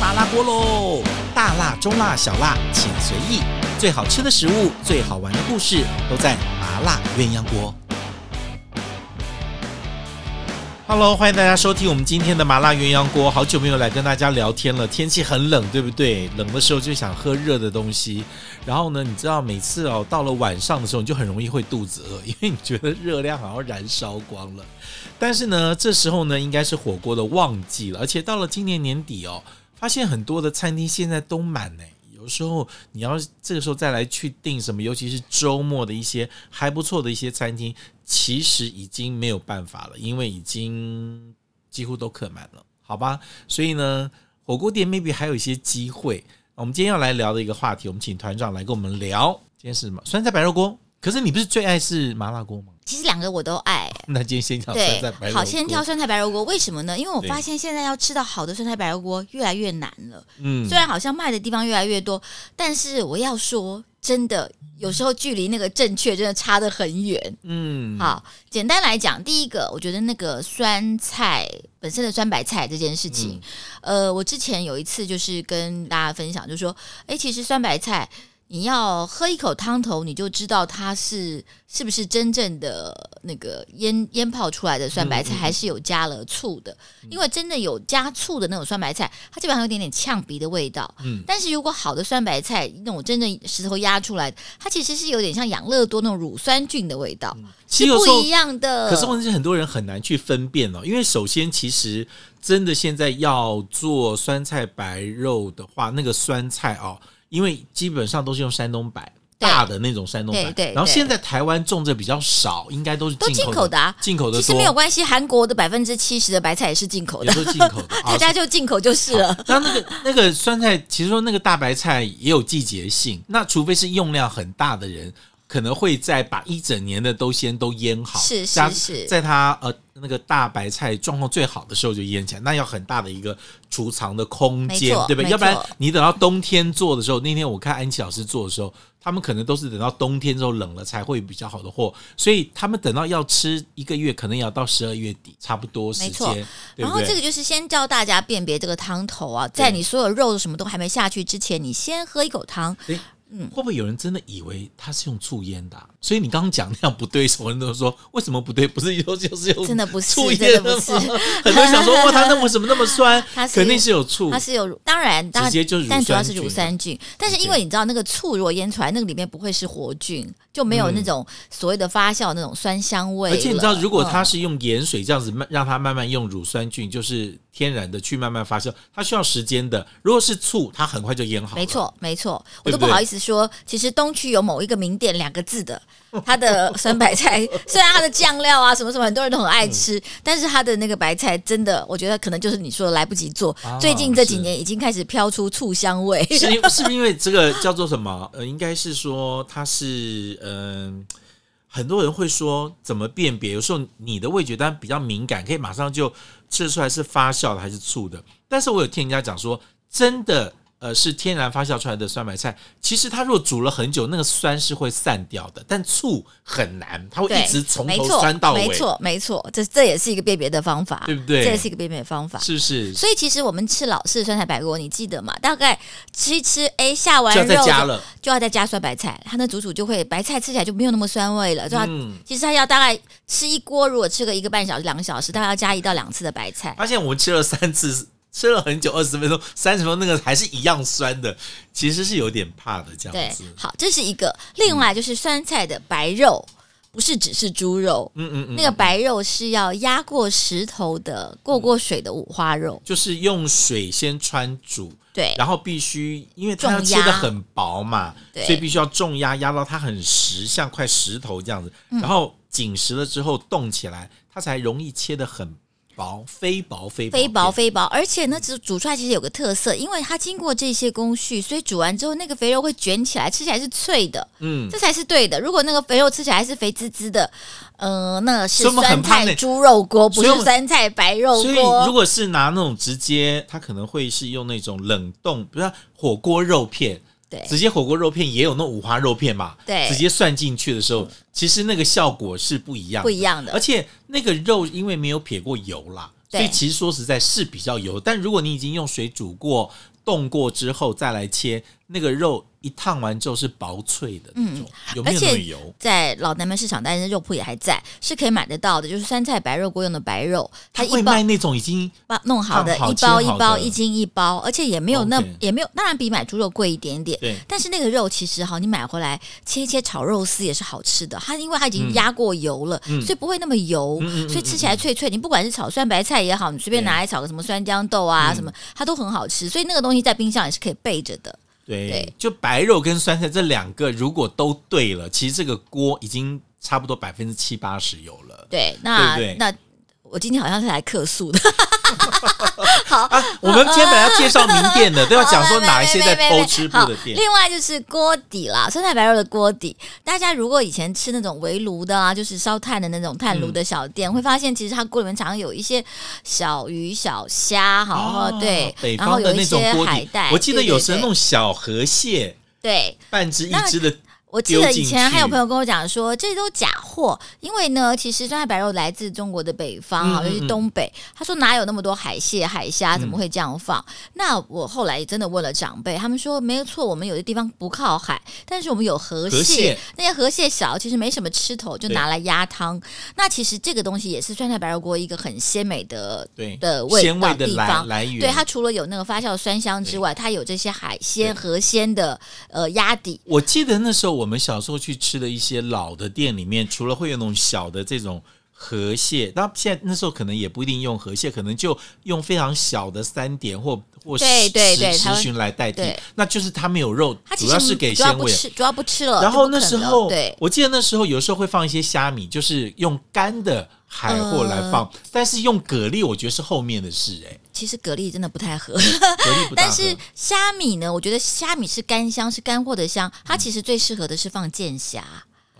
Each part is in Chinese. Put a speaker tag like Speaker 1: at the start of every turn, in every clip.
Speaker 1: 麻辣锅喽！大辣、中辣、小辣，请随意。最好吃的食物，最好玩的故事，都在麻辣鸳鸯锅。Hello，欢迎大家收听我们今天的麻辣鸳鸯锅。好久没有来跟大家聊天了，天气很冷，对不对？冷的时候就想喝热的东西，然后呢，你知道每次哦，到了晚上的时候，你就很容易会肚子饿，因为你觉得热量好像燃烧光了。但是呢，这时候呢，应该是火锅的旺季了，而且到了今年年底哦，发现很多的餐厅现在都满呢。有时候你要这个时候再来去订什么，尤其是周末的一些还不错的一些餐厅，其实已经没有办法了，因为已经几乎都客满了，好吧？所以呢，火锅店 maybe 还有一些机会。我们今天要来聊的一个话题，我们请团长来跟我们聊，今天是什么？酸菜白肉锅。可是你不是最爱是麻辣锅吗？
Speaker 2: 其实两个我都爱，
Speaker 1: 那今天先讲啊酸菜白
Speaker 2: 对，
Speaker 1: 肉锅。
Speaker 2: 好，先挑酸菜白肉锅。为什么呢？因为我
Speaker 1: 对
Speaker 2: 发现现在要吃到好的酸菜白肉锅越来越难了。
Speaker 1: 嗯
Speaker 2: 虽然好像卖的地方越来越多，但是我要说，真的有时候距离那个正确真的差得很远。
Speaker 1: 嗯，
Speaker 2: 好，简单来讲，第一个，我觉得那个酸菜本身的酸白菜这件事情，
Speaker 1: 嗯
Speaker 2: 呃，我之前有一次就是跟大家分享，就说，诶，其实酸白菜你要喝一口汤头，你就知道它是是不是真正的那个腌腌泡出来的酸白菜，
Speaker 1: 嗯
Speaker 2: 还是有加了醋的。因为真的有加醋的那种酸白菜，它基本上有点点呛鼻的味道。
Speaker 1: 嗯
Speaker 2: 但是如果好的酸白菜，那种真正石头压出来的，它其实是有点像养乐多那种乳酸菌的味道。
Speaker 1: 其
Speaker 2: 是
Speaker 1: 实有时候
Speaker 2: 不一样的。
Speaker 1: 可是问题是，很多人很难去分辨哦，因为首先，其实真的现在要做酸菜白肉的话，那个酸菜哦，因为基本上都是用山东白。
Speaker 2: 对
Speaker 1: 大的那种山东白，
Speaker 2: 对对对
Speaker 1: 然后现在台湾种的比较少，应该都是
Speaker 2: 都进口的啊
Speaker 1: 进口的
Speaker 2: 其实
Speaker 1: 多，
Speaker 2: 没有关系，韩国的百分之七十的白菜也是进口
Speaker 1: 也
Speaker 2: 的，
Speaker 1: 都是进口 的。
Speaker 2: 大
Speaker 1: 啊
Speaker 2: 家就进口就是了。
Speaker 1: 那那个那个酸菜，其实说那个大白菜也有季节性，那除非是用量很大的人，可能会再把一整年的都先都腌好，
Speaker 2: 是是
Speaker 1: 加
Speaker 2: 是
Speaker 1: 在它呃那个大白菜状况最好的时候就腌起来，那要很大的一个储藏的空
Speaker 2: 没
Speaker 1: 间，
Speaker 2: 错
Speaker 1: 对不
Speaker 2: 没
Speaker 1: 对？要
Speaker 2: 错
Speaker 1: 不然你等到冬天做的时候，那天我看安琪老师做的时候，他们可能都是等到冬天之后冷了才会比较好的货，所以他们等到要吃一个月，可能也要到十二月底差不多时
Speaker 2: 没错
Speaker 1: 间，对
Speaker 2: 然
Speaker 1: 不
Speaker 2: 后
Speaker 1: 对？
Speaker 2: 这个就是先教大家辨别这个汤头啊，在你所有肉什么都还没下去之前，你先喝一口汤。
Speaker 1: 诶会不会有人真的以为它是用醋腌的啊、所以你刚刚讲那样不对，所有人都说为什么不对？不是又就是用
Speaker 2: 真的不是
Speaker 1: 醋腌吗？
Speaker 2: 真的
Speaker 1: 很多人想说哇，它那为什么那么酸
Speaker 2: 它？是
Speaker 1: 肯定是有醋
Speaker 2: 它。是有，当然，当然
Speaker 1: 直接就是乳酸
Speaker 2: 但
Speaker 1: 菌
Speaker 2: 主要是乳酸菌。但是因为你知道，那个醋如果腌出来，那个里面不会是活菌，就没有那种所谓的发酵那种酸香味
Speaker 1: 嗯
Speaker 2: 了。
Speaker 1: 而且你知道，如果
Speaker 2: 嗯
Speaker 1: 它是用盐水这样子慢让它慢慢用乳酸菌，就是天然的去慢慢发酵，它需要时间的。如果是醋，它很快就腌好了。
Speaker 2: 没，错，没错，我
Speaker 1: 对
Speaker 2: 都
Speaker 1: 不
Speaker 2: 不
Speaker 1: 对
Speaker 2: 好意思说。其实东区有某一个名店两个字的，它的 酸白菜虽然它的酱料啊什么什么，很多人都很爱
Speaker 1: 嗯
Speaker 2: 吃，但是它的那个白菜真的，我觉得可能就是你说的来不及做。
Speaker 1: 啊
Speaker 2: 最近这几
Speaker 1: 是
Speaker 2: 年已经开始飘出醋香味，
Speaker 1: 是因是不是因为这个叫做什么？呃，应该是说它是嗯、很多人会说怎么辨别？有时候你的味觉单比较敏感，可以马上就吃出来是发酵的还是醋的。但是我有听人家讲说，真的呃是天然发酵出来的酸白菜，其实它如果煮了很久，那个酸是会散掉的，但醋很难，它会
Speaker 2: 对
Speaker 1: 一直，从
Speaker 2: 没
Speaker 1: 头
Speaker 2: 错
Speaker 1: 酸到尾，
Speaker 2: 没错，没错，这这也是一个辨别的方法，
Speaker 1: 对不对
Speaker 2: 这也是一个辨别的方法。
Speaker 1: 是不是？
Speaker 2: 所以其实我们吃老式酸菜白锅，你记得吗？大概吃一吃，哎，下完
Speaker 1: 就
Speaker 2: 肉
Speaker 1: 要再加了，
Speaker 2: 就要再加酸白菜，它那煮煮就会白菜吃起来就没有那么酸味了，就要
Speaker 1: 嗯。
Speaker 2: 其实它要大概吃一锅，如果吃个一个半小时、两个小时，大概要加一到两次的白菜。
Speaker 1: 发现我们吃了三次， 吃了很久，二十分钟、三十分钟，那个还是一样酸的，其实是有点怕的这
Speaker 2: 对
Speaker 1: 样子。，
Speaker 2: 好，这是一个。另外就是酸菜的白肉，不是只是猪肉，
Speaker 1: 嗯嗯嗯，
Speaker 2: 那个白肉是要压过石头的、过过水的五花肉。
Speaker 1: 就是用水先穿煮，
Speaker 2: 对，
Speaker 1: 然后必须因为它要
Speaker 2: 重
Speaker 1: 切
Speaker 2: 压
Speaker 1: 的很薄嘛，
Speaker 2: 对
Speaker 1: 所以必须要重压压到它很实，像块石头这样子，
Speaker 2: 嗯
Speaker 1: 然后紧实了之后冻起来，它才容易切的很薄，非薄非薄
Speaker 2: 非薄
Speaker 1: 片
Speaker 2: 非薄，而且呢，煮煮出来其实有个特色，因为它经过这些工序，所以煮完之后那个肥肉会卷起来，吃起来是脆的，
Speaker 1: 嗯。
Speaker 2: 这才是对的。如果那个肥肉吃起来是肥滋滋的，呃，那是
Speaker 1: 所以我们很
Speaker 2: 酸
Speaker 1: 怕那
Speaker 2: 菜猪肉锅，不
Speaker 1: 所以我
Speaker 2: 是
Speaker 1: 们
Speaker 2: 酸菜白肉
Speaker 1: 所以
Speaker 2: 锅
Speaker 1: 如。果是拿那种直接，它可能会是用那种冷冻，比如说火锅肉片，
Speaker 2: 对
Speaker 1: 直接火锅肉片也有那种五花肉片嘛，
Speaker 2: 对
Speaker 1: 直接算进去的时候，其实那个效果是不一样，
Speaker 2: 不一样的
Speaker 1: 而且那个肉因为没有撇过油啦，所
Speaker 2: 对
Speaker 1: 以其实说实在是比较油，但如果你已经用水煮过。冻过之后再来切，那个肉一烫完之后是薄脆的那种，有没有那
Speaker 2: 嗯而
Speaker 1: 么
Speaker 2: 且
Speaker 1: 油？
Speaker 2: 在老南门市场，但是肉铺也还在，是可以买得到的，就是酸菜白肉锅用的白肉，它
Speaker 1: 会
Speaker 2: 一包
Speaker 1: 卖那种已经
Speaker 2: 包弄好的，
Speaker 1: 烫好
Speaker 2: 一包
Speaker 1: 切
Speaker 2: 一
Speaker 1: 好
Speaker 2: 包，
Speaker 1: 的
Speaker 2: 一斤一包，而且也没有那
Speaker 1: OK
Speaker 2: 也没有，当然比买猪肉贵一点点。
Speaker 1: 对
Speaker 2: 但是那个肉其实哈，你买回来切一切炒肉丝也是好吃的。它因为它已经压过油了，所以不会那么油，
Speaker 1: 嗯嗯嗯嗯
Speaker 2: 所以吃起来脆脆。你不管是炒酸白菜也好，你随便
Speaker 1: 对
Speaker 2: 拿来炒个什么酸豇豆啊、
Speaker 1: 嗯
Speaker 2: 什么，它都很好吃。所以那个东西在冰箱也是可以备着的。
Speaker 1: 对，
Speaker 2: 对
Speaker 1: 就白肉跟酸菜这两个如果都对了，其实这个锅已经差不多百分之七八十有了。
Speaker 2: 对，那
Speaker 1: 对对
Speaker 2: 那我今天好像是来客诉的，
Speaker 1: 啊，我们今天本来要介绍名店 的，都要讲说
Speaker 2: 呃好
Speaker 1: 哪一些在偷吃部的
Speaker 2: 没没没没
Speaker 1: 店
Speaker 2: 好。另外就是锅底啦，酸菜白肉的锅底，大家如果以前吃那种围炉的啊，就是烧炭的那种炭炉的小店，
Speaker 1: 嗯
Speaker 2: 会发现其实它锅里面常常有一些小鱼、小虾，好、
Speaker 1: 哦
Speaker 2: 对，
Speaker 1: 北
Speaker 2: 然后
Speaker 1: 方的
Speaker 2: 有一
Speaker 1: 那种
Speaker 2: 些
Speaker 1: 锅
Speaker 2: 海
Speaker 1: 底
Speaker 2: 带，，
Speaker 1: 我记得有时
Speaker 2: 时
Speaker 1: 候
Speaker 2: 候
Speaker 1: 那种小河蟹，
Speaker 2: 对。
Speaker 1: 半只一
Speaker 2: 那
Speaker 1: 只的，
Speaker 2: 我记得
Speaker 1: 丢进
Speaker 2: 以前还有
Speaker 1: 去
Speaker 2: 朋友跟我讲说，这都假货，因为呢，其实酸菜白肉来自中国的北方啊，
Speaker 1: 嗯嗯嗯
Speaker 2: 就是东北。他说哪有那么多海蟹、海虾，怎么会这样放？那我后来也真的问了长辈，他们说没有错，我们有的地方不靠海，但是我们有河蟹，
Speaker 1: 河蟹
Speaker 2: 那些河蟹小，其实没什么吃头，就
Speaker 1: 对
Speaker 2: 拿来压汤。那其实这个东西也是酸菜白肉锅一个很鲜美的
Speaker 1: 对
Speaker 2: 的味
Speaker 1: 鲜
Speaker 2: 道
Speaker 1: 味的
Speaker 2: 地
Speaker 1: 来
Speaker 2: 方。
Speaker 1: 来源。
Speaker 2: 对它除了有那个发酵酸香之
Speaker 1: 对
Speaker 2: 外，它有这些海
Speaker 1: 对
Speaker 2: 鲜、河鲜的呃压底，
Speaker 1: 我记得那时候我们小时候去吃的一些老的店里面，除了会有那种小的这种河蟹，那现在那时候可能也不一定用河蟹，可能就用非常小的三点或或十
Speaker 2: 对对对
Speaker 1: 十
Speaker 2: 它
Speaker 1: 十
Speaker 2: 会
Speaker 1: 旬来代替
Speaker 2: 对，
Speaker 1: 那就是它没有肉
Speaker 2: 它，其
Speaker 1: 主
Speaker 2: 实
Speaker 1: 要是给
Speaker 2: 主要
Speaker 1: 鲜
Speaker 2: 不
Speaker 1: 味。啊
Speaker 2: 吃，主要不吃了。
Speaker 1: 然后
Speaker 2: 就不
Speaker 1: 那
Speaker 2: 啃
Speaker 1: 时
Speaker 2: 了
Speaker 1: 候
Speaker 2: 对，
Speaker 1: 我记得那时候有时候会放一些虾米，就是用干的海货来放，
Speaker 2: 嗯
Speaker 1: 但是用蛤蜊，我觉得是后面的事、
Speaker 2: 其实蛤蜊真的不太合。
Speaker 1: 哎，蛤蜊不大
Speaker 2: 呃 但
Speaker 1: 合。
Speaker 2: 是虾米呢？我觉得虾米是干香，是干货的香。它其实最适合的是放剑虾、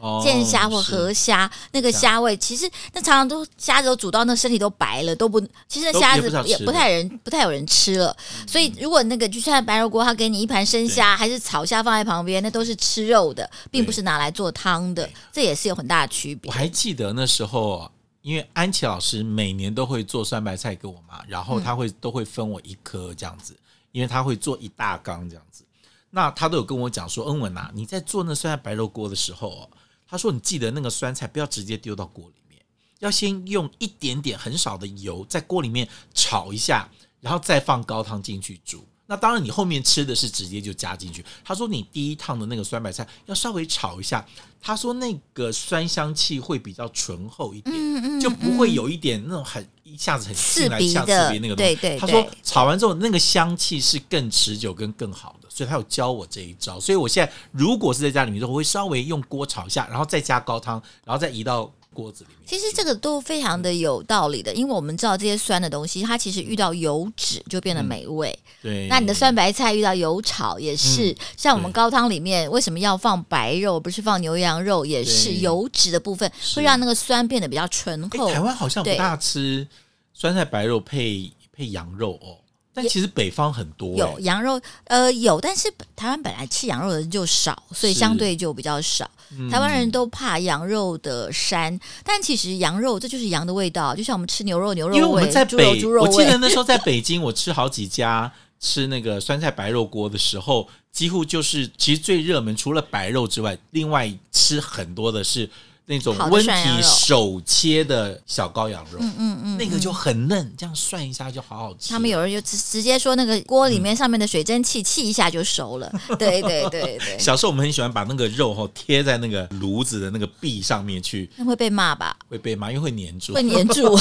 Speaker 1: 哦
Speaker 2: 剑虾或
Speaker 1: 是
Speaker 2: 河虾，那个虾味其实那常常都虾子都煮到那身体都白了，都不其实那
Speaker 1: 都
Speaker 2: 虾
Speaker 1: 也
Speaker 2: 子
Speaker 1: 不想
Speaker 2: 也
Speaker 1: 吃嗯的
Speaker 2: 不太人不太有人吃了。所以如果那个就算白肉锅，它给你一盘生虾还是炒虾放在旁边，那都是吃肉的，并不
Speaker 1: 对
Speaker 2: 是拿来做汤的，这也是有很大的区别
Speaker 1: 我。还记得那时候啊，因为安琪老师每年都会做酸白菜给我妈，然后她会、都会分我一颗这样子，因为她会做一大缸这样子。那她都有跟我讲说，恩文啊，你在做那酸菜白肉锅的时候哦，她说你记得那个酸菜不要直接丢到锅里面，要先用一点点很少的油在锅里面炒一下，然后再放高汤进去煮。那当然，你后面吃的是直接就加进去。他说你第一趟的那个酸白菜要稍微炒一下，他说那个酸香气会比较醇厚一点，
Speaker 2: 嗯嗯
Speaker 1: 就不会有一点那种很一下子很进来
Speaker 2: 刺鼻
Speaker 1: 呛
Speaker 2: 的
Speaker 1: 刺鼻那个东西。
Speaker 2: 对对
Speaker 1: 他说
Speaker 2: 对
Speaker 1: 炒完之后那个香气是更持久跟更好的，所以他有教我这一招。所以我现在如果是在家里面做，我会稍微用锅炒一下，然后再加高汤，然后再移到锅子里面去。
Speaker 2: 其实这个都非常的有道理的，因为我们知道这些酸的东西，它其实遇到油脂就变得美味。
Speaker 1: 对，
Speaker 2: 那你的酸白菜遇到油炒也是，
Speaker 1: 嗯
Speaker 2: 像我们高汤里面为什么要放白肉，不是放牛羊肉，也是
Speaker 1: 对
Speaker 2: 油脂的部分
Speaker 1: 是
Speaker 2: 会让那个酸变得比较醇
Speaker 1: 诶
Speaker 2: 厚。
Speaker 1: 哎台湾好像不
Speaker 2: 对
Speaker 1: 大吃酸菜白肉配配羊肉哦，但其实北方很多、哎
Speaker 2: 有
Speaker 1: 诶
Speaker 2: 羊肉，呃，有，但是台湾本来吃羊肉的人就少，所以
Speaker 1: 是
Speaker 2: 相对就比较少。
Speaker 1: 嗯
Speaker 2: 台湾人都怕羊肉的膻，但其实羊肉这就是羊的味道，就像我们吃牛肉牛肉味，
Speaker 1: 因为我们在
Speaker 2: 猪肉
Speaker 1: 北，
Speaker 2: 猪肉
Speaker 1: 我
Speaker 2: 味。嗯
Speaker 1: 记得那时候在北京，我吃好几家吃那个酸菜白肉锅的时候，几乎就是其实最热门，除了白肉之外，另外吃很多的是那种
Speaker 2: 好的
Speaker 1: 温
Speaker 2: 涮羊
Speaker 1: 体
Speaker 2: 肉
Speaker 1: 手切的小羔羊肉，
Speaker 2: 嗯嗯，
Speaker 1: 那个就很嫩，这样涮一下就好好吃。
Speaker 2: 他们有人就直直接说那个锅里面上面的水蒸气气一下就熟了。对对 对对，
Speaker 1: 小时候我们很喜欢把那个肉哈贴在那个炉子的那个壁上面去，
Speaker 2: 那会被骂吧？
Speaker 1: 会被麻因为会粘住，
Speaker 2: 会黏住。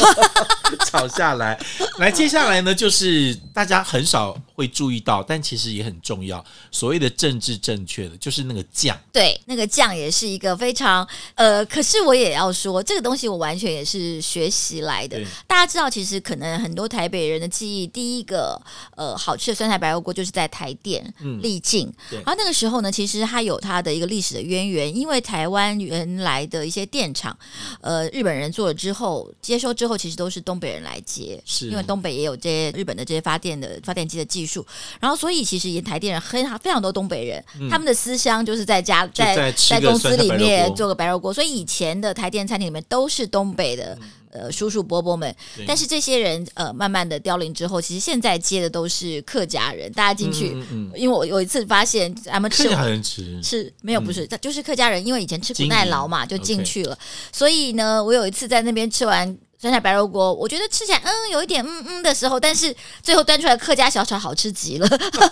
Speaker 1: 吵下来。来，接下来呢，就是大家很少会注意到，但其实也很重要，所谓的政治正确的，就是那个酱。
Speaker 2: 对，那个酱也是一个非常呃，可是我也要说，这个东西我完全也是学习来的
Speaker 1: 对。
Speaker 2: 大家知道，其实可能很多台北人的记忆，第一个呃好吃的酸菜白肉锅就是在台电
Speaker 1: 嗯
Speaker 2: 历尽，
Speaker 1: 对
Speaker 2: 然后那个时候呢，其实它有它的一个历史的渊源，因为台湾原来的一些电厂，呃，日本人做了之后，接收之后，其实都是东北人来接，
Speaker 1: 是
Speaker 2: 因为东北也有这些日本的这些发电的发电机的技术，然后所以其实也台电人很非常多东北人，他们的思乡就是在家
Speaker 1: 嗯就
Speaker 2: 在
Speaker 1: 在吃个
Speaker 2: 公司
Speaker 1: 酸菜
Speaker 2: 里
Speaker 1: 白肉
Speaker 2: 面
Speaker 1: 锅
Speaker 2: 做个白肉锅，所以以前的台电餐厅里面都是东北的。呃，叔叔伯伯们
Speaker 1: 嗯对，
Speaker 2: 但是这些人呃，慢慢的凋零之后，其实现在接的都是客家人，大家进去，
Speaker 1: 嗯嗯嗯
Speaker 2: 因为我有一次发现他们
Speaker 1: 客
Speaker 2: 吃
Speaker 1: 家人吃
Speaker 2: 是没有，不是，他就是客家人，因为以前吃苦耐劳嘛，
Speaker 1: 嗯经
Speaker 2: 就
Speaker 1: 营
Speaker 2: 进去了。所以呢，我有一次在那边吃完酸菜白肉锅，我觉得吃起来嗯有一点嗯嗯的时候，但是最后端出来客家小炒好吃极了，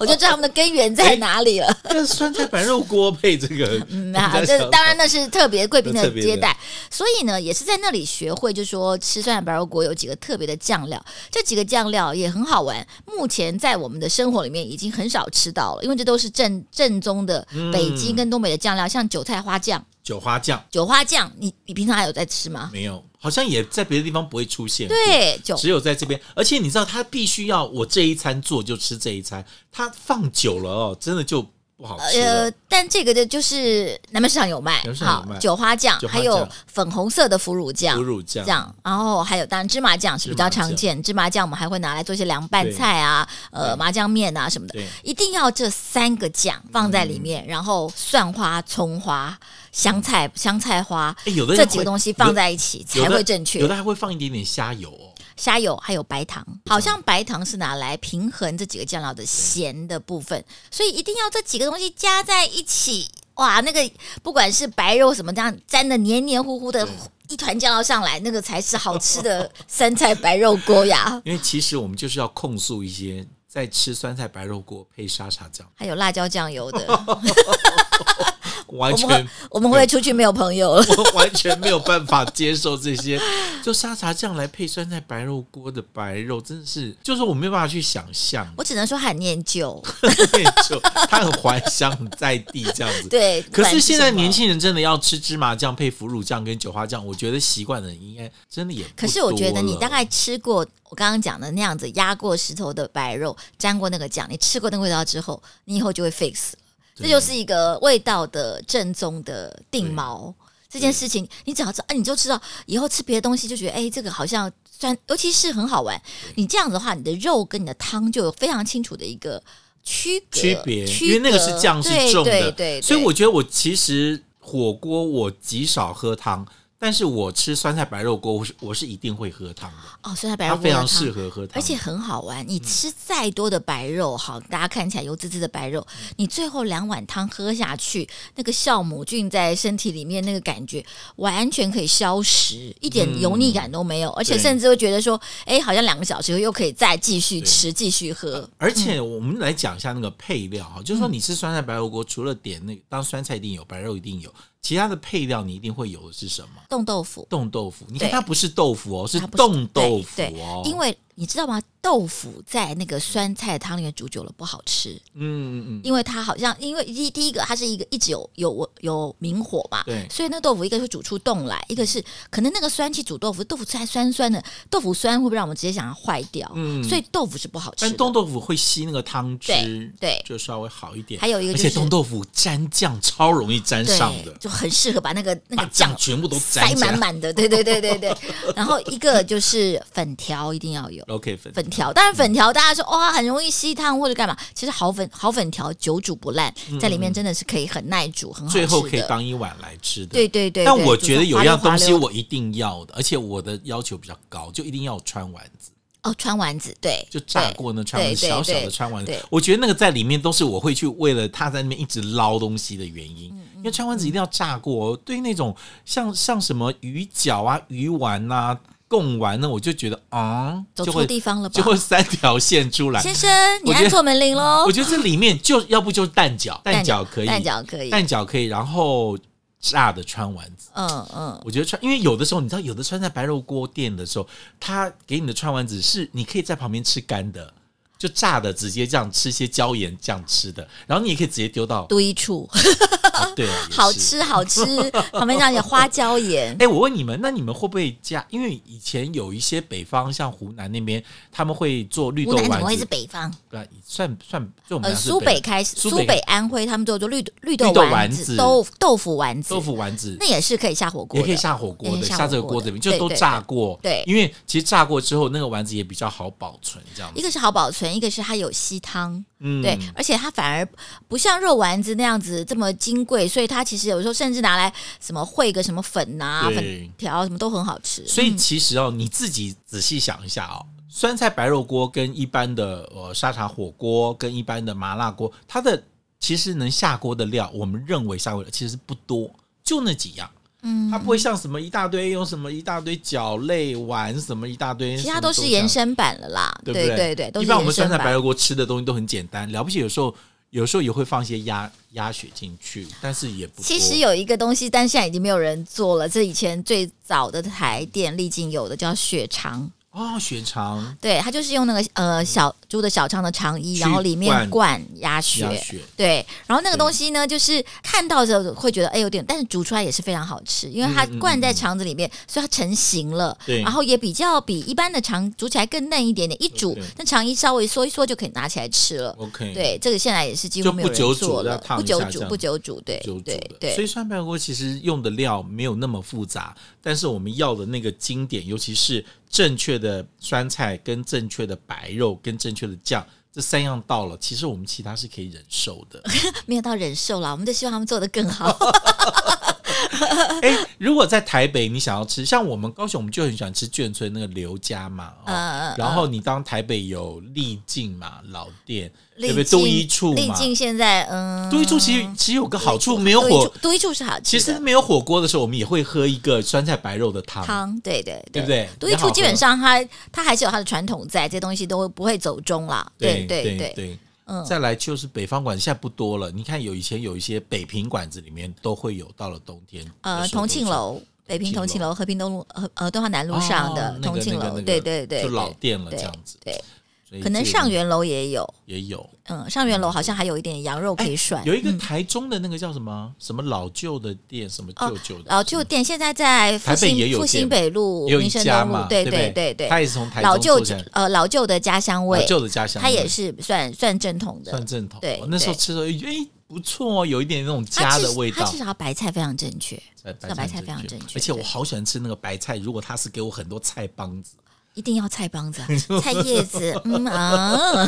Speaker 2: 我就知道他们的根源
Speaker 1: 哎
Speaker 2: 在哪里了。
Speaker 1: 但是酸菜白肉锅配这个，
Speaker 2: 嗯
Speaker 1: 大
Speaker 2: 啊，
Speaker 1: 家
Speaker 2: 这
Speaker 1: 想
Speaker 2: 当然 那是特别贵宾
Speaker 1: 那
Speaker 2: 的
Speaker 1: 特别的
Speaker 2: 接待，所以呢，也是在那里学会，就说吃酸菜白肉锅有几个特别的酱料，这几个酱料也很好玩。目前在我们的生活里面已经很少吃到了，因为这都是正正宗的
Speaker 1: 嗯
Speaker 2: 北京跟东北的酱料，像韭菜花酱。
Speaker 1: 酒花酱
Speaker 2: 韭花酱，你你平常还有在吃吗？
Speaker 1: 没有，好像也在别的地方不会出现。。
Speaker 2: 对，韭
Speaker 1: 只有在这边，而且你知道，他必须要我这一餐做就吃这一餐，他放久了哦，真的就不好吃了。
Speaker 2: 呃，但这个的就是南门市场有卖，
Speaker 1: 南门市场有
Speaker 2: 好
Speaker 1: 卖
Speaker 2: 韭花酱，
Speaker 1: 韭花
Speaker 2: 还
Speaker 1: 酱
Speaker 2: 有粉红色的腐乳酱
Speaker 1: 腐，乳酱，
Speaker 2: 酱，然后还有当然芝麻酱是比较常见，芝麻酱我们还会拿来做一些凉拌菜啊，呃
Speaker 1: 对
Speaker 2: 麻酱面啊什么的
Speaker 1: 对，嗯
Speaker 2: 一定要这三个酱放在里面，然后蒜花、葱花、香菜、香菜花。
Speaker 1: 哎，有的
Speaker 2: 这
Speaker 1: 人
Speaker 2: 几个
Speaker 1: 会
Speaker 2: 东西放在一起
Speaker 1: 有
Speaker 2: 才
Speaker 1: 的
Speaker 2: 会正
Speaker 1: 有
Speaker 2: 确。
Speaker 1: 的还会放一点点虾油哦。
Speaker 2: 虾油还有白糖，好像白糖是拿来平衡这几个酱料的咸的部分，所以一定要这几个东西加在一起。哇，那个不管是白肉什么这样沾的黏黏糊糊的，一团酱料上来，那个才是好吃的酸菜白肉 锅呀。
Speaker 1: 因为其实我们就是要控诉一些在吃酸菜白肉锅配沙茶 酱，
Speaker 2: 还有辣椒酱油的，
Speaker 1: 完
Speaker 2: 我们会
Speaker 1: 全
Speaker 2: 我们会出去没有朋友了。
Speaker 1: 我完全没有办法接受这些，就沙茶酱来配酸菜白肉锅的白肉，真的是就是我没有办法去想象。
Speaker 2: 我只能说很念旧，
Speaker 1: 就它很怀乡在地这样子。
Speaker 2: 对。
Speaker 1: 可
Speaker 2: 不然
Speaker 1: 是现在
Speaker 2: 什么
Speaker 1: 年，轻人真的要吃芝麻酱配腐乳酱跟酒花酱，我觉得习惯的人应该真的也不
Speaker 2: 可是我觉得你
Speaker 1: 多了
Speaker 2: 大概吃过我刚刚讲的那样子压过石头的白肉，沾过那个酱，你吃过那个味道之后，你以后就会 fix 了。这
Speaker 1: 真的
Speaker 2: 就是一个味道的正宗的定锚。这件事情，你只要知道，啊，你就知道以后吃别的东西就觉得，哎，这个好像酸，尤其是很好玩。你这样子的话，你的肉跟你的汤就有非常清楚的一个区隔
Speaker 1: 区别，
Speaker 2: 区
Speaker 1: 因为那个
Speaker 2: 隔
Speaker 1: 是酱是
Speaker 2: 对
Speaker 1: 重的，
Speaker 2: 对对对
Speaker 1: 所以我觉得我其实火锅我极少喝汤。但是我吃酸菜白肉锅，我是我是一定会喝汤的，
Speaker 2: 哦，酸菜白
Speaker 1: 它
Speaker 2: 肉
Speaker 1: 非
Speaker 2: 锅
Speaker 1: 常
Speaker 2: 的汤
Speaker 1: 适合喝汤，
Speaker 2: 而且很好玩。
Speaker 1: 嗯
Speaker 2: 你吃再多的白肉，好，大家看起来油滋滋的白肉，
Speaker 1: 嗯
Speaker 2: 你最后两碗汤喝下去，那个酵母菌在身体里面那个感觉完全可以消食，一点油腻感都没有，而且
Speaker 1: 嗯对
Speaker 2: 甚至会觉得说，哎，好像两个小时后又可以再继续
Speaker 1: 对嗯
Speaker 2: 吃、继续喝。
Speaker 1: 而且我们来讲一下那个配料
Speaker 2: 嗯
Speaker 1: 哈，就是说你吃酸菜白肉锅，除了点那个当酸菜一定有，白肉一定有，其他的配料你一定会有的是什么？
Speaker 2: 冻豆腐，
Speaker 1: 冻豆腐，你看
Speaker 2: 对
Speaker 1: 它不是豆腐哦，是
Speaker 2: 它不是
Speaker 1: 冻豆腐
Speaker 2: 对
Speaker 1: 哦，
Speaker 2: 因为你知道吗？豆腐在那个酸菜汤里面煮久了不好吃，
Speaker 1: 嗯嗯嗯，
Speaker 2: 因为它好像因为第第一个它是一个一直有有有明火嘛，
Speaker 1: 对
Speaker 2: 所以那豆腐一个会煮出冻来，一个是可能那个酸气煮豆腐，豆腐吃还酸酸的，豆腐酸会不会让我们直接想要坏掉？
Speaker 1: 嗯
Speaker 2: 所以豆腐是不好吃
Speaker 1: 但
Speaker 2: 的。
Speaker 1: 冻豆腐会吸那个汤汁
Speaker 2: 对，对
Speaker 1: 就稍微好一点。
Speaker 2: 还有一个
Speaker 1: 而
Speaker 2: 就是
Speaker 1: 且冻豆腐沾酱超容易沾上的
Speaker 2: 对，，就很适合把那个那
Speaker 1: 把
Speaker 2: 个
Speaker 1: 酱
Speaker 2: 酱
Speaker 1: 全部都沾
Speaker 2: 塞
Speaker 1: 起来
Speaker 2: 满满的，对对对对对。然后一个就是粉条一定要有，
Speaker 1: OK 粉
Speaker 2: 粉条，当然粉条大家说哇、很容易吸汤或者干嘛，其实好粉好粉条久煮不烂，在里面真的是可以很耐煮，很好
Speaker 1: 嗯
Speaker 2: 吃
Speaker 1: 最
Speaker 2: 的。
Speaker 1: 后可以当一碗来吃的。
Speaker 2: 对对对，
Speaker 1: 但
Speaker 2: 对
Speaker 1: 我
Speaker 2: 就
Speaker 1: 觉得
Speaker 2: 是滑
Speaker 1: 有一
Speaker 2: 溜
Speaker 1: 样
Speaker 2: 滑
Speaker 1: 东西
Speaker 2: 溜
Speaker 1: 我一定要的，而且我的要求比较高，就一定要有穿丸子，
Speaker 2: 哦，穿丸子，对，
Speaker 1: 就炸过那穿丸子，
Speaker 2: 对对
Speaker 1: 小小
Speaker 2: 对
Speaker 1: 的穿丸子
Speaker 2: 对。
Speaker 1: 我觉得那个在里面都是我会去为了它在那边一直捞东西的原
Speaker 2: 嗯
Speaker 1: 因，因为穿丸子一定要炸过哦。对于那种像像什么鱼饺啊、鱼丸呐、贡丸呢，我就觉得啊，
Speaker 2: 走
Speaker 1: 就
Speaker 2: 错
Speaker 1: 会
Speaker 2: 地方了吧
Speaker 1: 就？会三条线出来。
Speaker 2: 先生，你
Speaker 1: 我觉
Speaker 2: 按
Speaker 1: 得
Speaker 2: 错门铃喽
Speaker 1: 我。觉得这里面就要不就是蛋饺，蛋饺可以，
Speaker 2: 蛋饺可以，
Speaker 1: 蛋饺可以，然后炸的川丸子。
Speaker 2: 嗯嗯，
Speaker 1: 我觉得川，因为有的时候你知道，有的川菜白肉锅店的时候，他给你的川丸子是你可以在旁边吃干的，就 炸的直接这样吃些椒盐酱吃的，然后你也可以直接丢到
Speaker 2: 都一处
Speaker 1: 啊对啊，也
Speaker 2: 好
Speaker 1: 是。
Speaker 2: 吃好 吃，旁边让你花椒盐
Speaker 1: 哎、。我问你们，那你们会不会加？因为以前有一些北方，像湖南那边，他们会做 绿
Speaker 2: 湖
Speaker 1: 豆
Speaker 2: 南怎
Speaker 1: 丸
Speaker 2: 么会是
Speaker 1: 子，
Speaker 2: 北方？
Speaker 1: 啊算算，就我们
Speaker 2: 呃，
Speaker 1: 俩是
Speaker 2: 苏北开始，
Speaker 1: 苏
Speaker 2: 苏
Speaker 1: 北
Speaker 2: 北、安徽他们都有做绿豆绿豆
Speaker 1: 绿豆
Speaker 2: 丸
Speaker 1: 丸
Speaker 2: 子、
Speaker 1: 子
Speaker 2: 豆腐豆腐丸子
Speaker 1: 豆，腐丸子
Speaker 2: 那，也是可以下火锅
Speaker 1: 也
Speaker 2: 的，
Speaker 1: 可以下火锅
Speaker 2: 也
Speaker 1: 的，
Speaker 2: 可以下
Speaker 1: 下这个
Speaker 2: 火
Speaker 1: 锅
Speaker 2: 锅
Speaker 1: 子
Speaker 2: 的
Speaker 1: 里面就
Speaker 2: 对
Speaker 1: 都
Speaker 2: 对
Speaker 1: 炸过。
Speaker 2: 对
Speaker 1: 因为其实炸过之后，那个丸子也比较好保存，这样
Speaker 2: 一
Speaker 1: 子。
Speaker 2: 个是好保存，一个是它有吸汤，
Speaker 1: 嗯
Speaker 2: 对，而且它反而不像肉丸子那样子这么金贵，所以它其实有时候甚至拿来什么烩个什么粉呐、
Speaker 1: 对
Speaker 2: 粉条啊什么都很好吃。
Speaker 1: 所以
Speaker 2: 嗯
Speaker 1: 其实哦，你自己仔细想一下哦，酸菜白肉锅跟一般的呃沙茶火锅跟一般的麻辣锅，它的其实能下锅的料，我们认为下锅的其实不多，就那几样。
Speaker 2: 嗯
Speaker 1: 它不会像什么一大堆有什么一大堆角类丸什么一大堆，
Speaker 2: 其
Speaker 1: 什
Speaker 2: 他
Speaker 1: 么
Speaker 2: 都是
Speaker 1: 这
Speaker 2: 延
Speaker 1: 样，
Speaker 2: 伸版了啦，
Speaker 1: 对不
Speaker 2: 对
Speaker 1: 对
Speaker 2: 对，都
Speaker 1: 一
Speaker 2: 是
Speaker 1: 般我们
Speaker 2: 延
Speaker 1: 酸
Speaker 2: 伸
Speaker 1: 菜白
Speaker 2: 版。
Speaker 1: 肉锅吃的东西都很简单，了不起有时候有时候也会放一些鸭鸭血进去，但是也不多
Speaker 2: 其实有一个东西，但现在已经没有人做了。这以前最早的台店丽晶有的叫血肠，
Speaker 1: 哦，血肠
Speaker 2: 对，它就是用那个呃小猪的小肠的肠衣，
Speaker 1: 去
Speaker 2: 然后里面
Speaker 1: 灌
Speaker 2: 灌鸭血，
Speaker 1: 鸭血
Speaker 2: 对，然后那个
Speaker 1: 对
Speaker 2: 东西呢，就是看到之后会觉得哎有点，但是煮出来也是非常好吃，因为它
Speaker 1: 嗯嗯嗯
Speaker 2: 灌在肠子里面，所以它成型了。
Speaker 1: 对
Speaker 2: 然后也比较比一般的肠煮起来更嫩一点点，一煮
Speaker 1: 对
Speaker 2: 那肠衣稍微缩一缩就可以拿起来吃了。
Speaker 1: ，OK，
Speaker 2: 对，这个现在也是几
Speaker 1: 就
Speaker 2: 乎没有
Speaker 1: 不久
Speaker 2: 人
Speaker 1: 煮
Speaker 2: 做
Speaker 1: 要
Speaker 2: 了，
Speaker 1: 烫
Speaker 2: 不
Speaker 1: 一
Speaker 2: 久
Speaker 1: 下这
Speaker 2: 煮，
Speaker 1: 样
Speaker 2: 不久煮，对
Speaker 1: 就煮
Speaker 2: 对
Speaker 1: 的，
Speaker 2: 对
Speaker 1: 所以酸白锅其实用的料没有那么复杂，但是我们要的那个经典，尤其是正确的酸菜、跟正确的白肉、跟正确的酱，这三样到了，其实我们其他是可以忍受 的。
Speaker 2: 没有到忍受了，我们都希望他们做的更
Speaker 1: 哦
Speaker 2: 好。
Speaker 1: 哎、如果在台北你想要吃，像我们高雄，我们就很喜欢吃眷村那个刘家嘛，哦
Speaker 2: 嗯嗯
Speaker 1: 然后你当台北有丽静嘛老店，对
Speaker 2: 丽
Speaker 1: 不对？
Speaker 2: 静
Speaker 1: 都一处
Speaker 2: 丽
Speaker 1: 嘛，
Speaker 2: 静现在嗯，
Speaker 1: 都一处其实其实有个好处，没有
Speaker 2: 多一
Speaker 1: 火
Speaker 2: 处，多一处是好吃的，
Speaker 1: 其实没有火锅的时候，我们也会喝一个酸菜白肉的汤。
Speaker 2: 汤，对对
Speaker 1: 对不对
Speaker 2: 独
Speaker 1: 也
Speaker 2: 一
Speaker 1: 好
Speaker 2: 处
Speaker 1: 喝
Speaker 2: 基本上它它还是有它的传统在，这些东西都不会走中啦。
Speaker 1: 对
Speaker 2: 对
Speaker 1: 对，
Speaker 2: 嗯
Speaker 1: 再来就是北方馆，现在不多了。你看有以前有一些北平馆子里面都会有，到了冬天，有
Speaker 2: 呃，
Speaker 1: 时候
Speaker 2: 同庆
Speaker 1: 都
Speaker 2: 楼、北平
Speaker 1: 同
Speaker 2: 同
Speaker 1: 庆
Speaker 2: 庆
Speaker 1: 楼
Speaker 2: 楼、和平东路呃呃敦化南
Speaker 1: 是
Speaker 2: 路上
Speaker 1: 哦
Speaker 2: 的
Speaker 1: 那个
Speaker 2: 同庆
Speaker 1: 那个
Speaker 2: 楼，
Speaker 1: 那个
Speaker 2: 对对对，
Speaker 1: 就老
Speaker 2: 对
Speaker 1: 店了这
Speaker 2: 对
Speaker 1: 样子。
Speaker 2: 对，
Speaker 1: 所以
Speaker 2: 可能
Speaker 1: 这个
Speaker 2: 上元楼也有，
Speaker 1: 也有
Speaker 2: 嗯，上元楼好像还有一点羊肉可以涮。
Speaker 1: 哎有一个
Speaker 2: 嗯
Speaker 1: 台中的那个叫什么什么老旧的店，什么
Speaker 2: 哦
Speaker 1: 旧旧的
Speaker 2: 老旧店现在在
Speaker 1: 台
Speaker 2: 复
Speaker 1: 北也
Speaker 2: 兴
Speaker 1: 有
Speaker 2: 复
Speaker 1: 店
Speaker 2: 兴北路、
Speaker 1: 也有一
Speaker 2: 民生
Speaker 1: 家
Speaker 2: 东路
Speaker 1: 嘛，，
Speaker 2: 对
Speaker 1: 不
Speaker 2: 对对对，
Speaker 1: 他也是从台
Speaker 2: 老
Speaker 1: 中
Speaker 2: 旧
Speaker 1: 做起来
Speaker 2: 呃老旧的家乡味
Speaker 1: 老，旧的家乡味，
Speaker 2: 它也是算算正统的，
Speaker 1: 算正统。
Speaker 2: 对
Speaker 1: 我那时候
Speaker 2: 对
Speaker 1: 吃的时候，哎，不错哦，有一点那种
Speaker 2: 它
Speaker 1: 家
Speaker 2: 至
Speaker 1: 的味
Speaker 2: 它
Speaker 1: 道
Speaker 2: 至。少白菜非常正确，
Speaker 1: 在
Speaker 2: 小白菜非常
Speaker 1: 正
Speaker 2: 正确
Speaker 1: 而且我
Speaker 2: 对
Speaker 1: 好喜欢吃那个白菜，如果它是给我很多菜帮子，
Speaker 2: 一定要菜 帮子啊、菜叶子，嗯啊，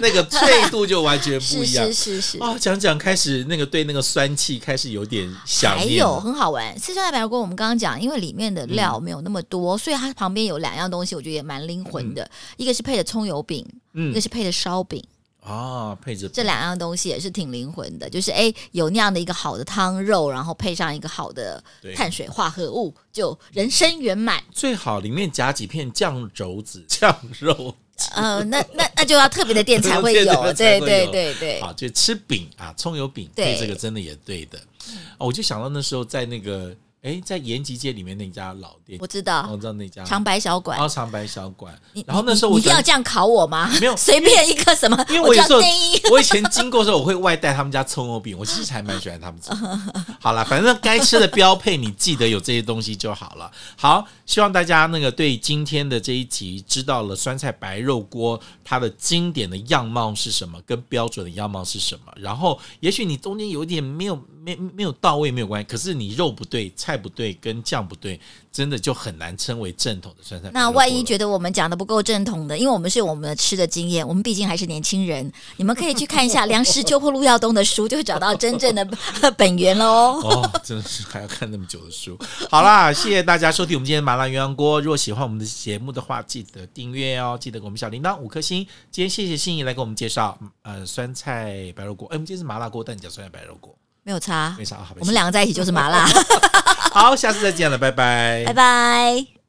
Speaker 1: 那个脆度就完全不
Speaker 2: 是
Speaker 1: 一样
Speaker 2: 是是是。
Speaker 1: 哦，讲讲开始那个对那个酸气开始有点想
Speaker 2: 还
Speaker 1: 念
Speaker 2: 有
Speaker 1: 了，
Speaker 2: 很好玩，四川大白锅我们刚刚讲，因为里面的料
Speaker 1: 嗯
Speaker 2: 没有那么多，所以它旁边有两样东西，我觉得也蛮灵魂的，一个是配的葱油饼，一
Speaker 1: 嗯
Speaker 2: 个是配的烧饼，
Speaker 1: 啊，配着
Speaker 2: 这两样东西也是挺灵魂的，就是哎有那样的一个好的汤肉，然后配上一个好的
Speaker 1: 对
Speaker 2: 碳水化合物，就人生圆满。
Speaker 1: 最好里面夹几片酱肘子、酱肉，
Speaker 2: 呃，那那那就要特别的店才会
Speaker 1: 特别
Speaker 2: 有，
Speaker 1: 的店才
Speaker 2: 对
Speaker 1: 会
Speaker 2: 对
Speaker 1: 有
Speaker 2: 对对，
Speaker 1: 啊，就吃饼啊，葱油饼
Speaker 2: 对
Speaker 1: 配这个真的也对的。哦，我就想到那时候在那个哎，在延吉街里面那家老店
Speaker 2: 我，知道
Speaker 1: 我知道那家
Speaker 2: 长白小馆
Speaker 1: 然。后长白小馆
Speaker 2: 你，
Speaker 1: 然后那时候
Speaker 2: 你
Speaker 1: 我
Speaker 2: 你一
Speaker 1: 喜
Speaker 2: 定
Speaker 1: 欢
Speaker 2: 要这样考我吗？
Speaker 1: 没有
Speaker 2: 随便一个什么，
Speaker 1: 因为我有
Speaker 2: 叫
Speaker 1: 时候
Speaker 2: 丁一
Speaker 1: 我以前经过的时候，我会外带他们家葱油饼，我其实还蛮喜欢他们做 的。好啦，反正该吃的标配，你记得有这些东西就好了。好，希望大家那个对今天的这一集知道了酸菜白肉锅它的经典的样貌是什么，跟标准的样貌是什么。然后，也许你中间有一点没有没没有到位没有关系，可是你肉不对、菜不对跟酱不对，真的就很难称为正统的酸菜白肉锅
Speaker 2: 那
Speaker 1: 了。
Speaker 2: 万一觉得我们讲的不够正统的，因为我们是有我们的吃的经验，我们毕竟还是年轻人，你们可以去看一下《梁实秋破路耀东》的书，就会找到真正的 本源了哦。
Speaker 1: 哦，真的是还要看那么久的书。好啦，谢谢大家收听我们今天的麻辣鸳鸯锅。如果喜欢我们的节目的话，记得订阅哦，记得给我们小铃铛五颗星。今天谢谢心怡来给我们介绍，呃，酸菜白肉锅。哎，我哎们今天是麻辣锅，但你讲酸菜白肉锅，
Speaker 2: 没有差
Speaker 1: 没，啥好。
Speaker 2: 我们两个在一起就是麻辣，
Speaker 1: 好，下次再见了，拜拜，
Speaker 2: 拜拜。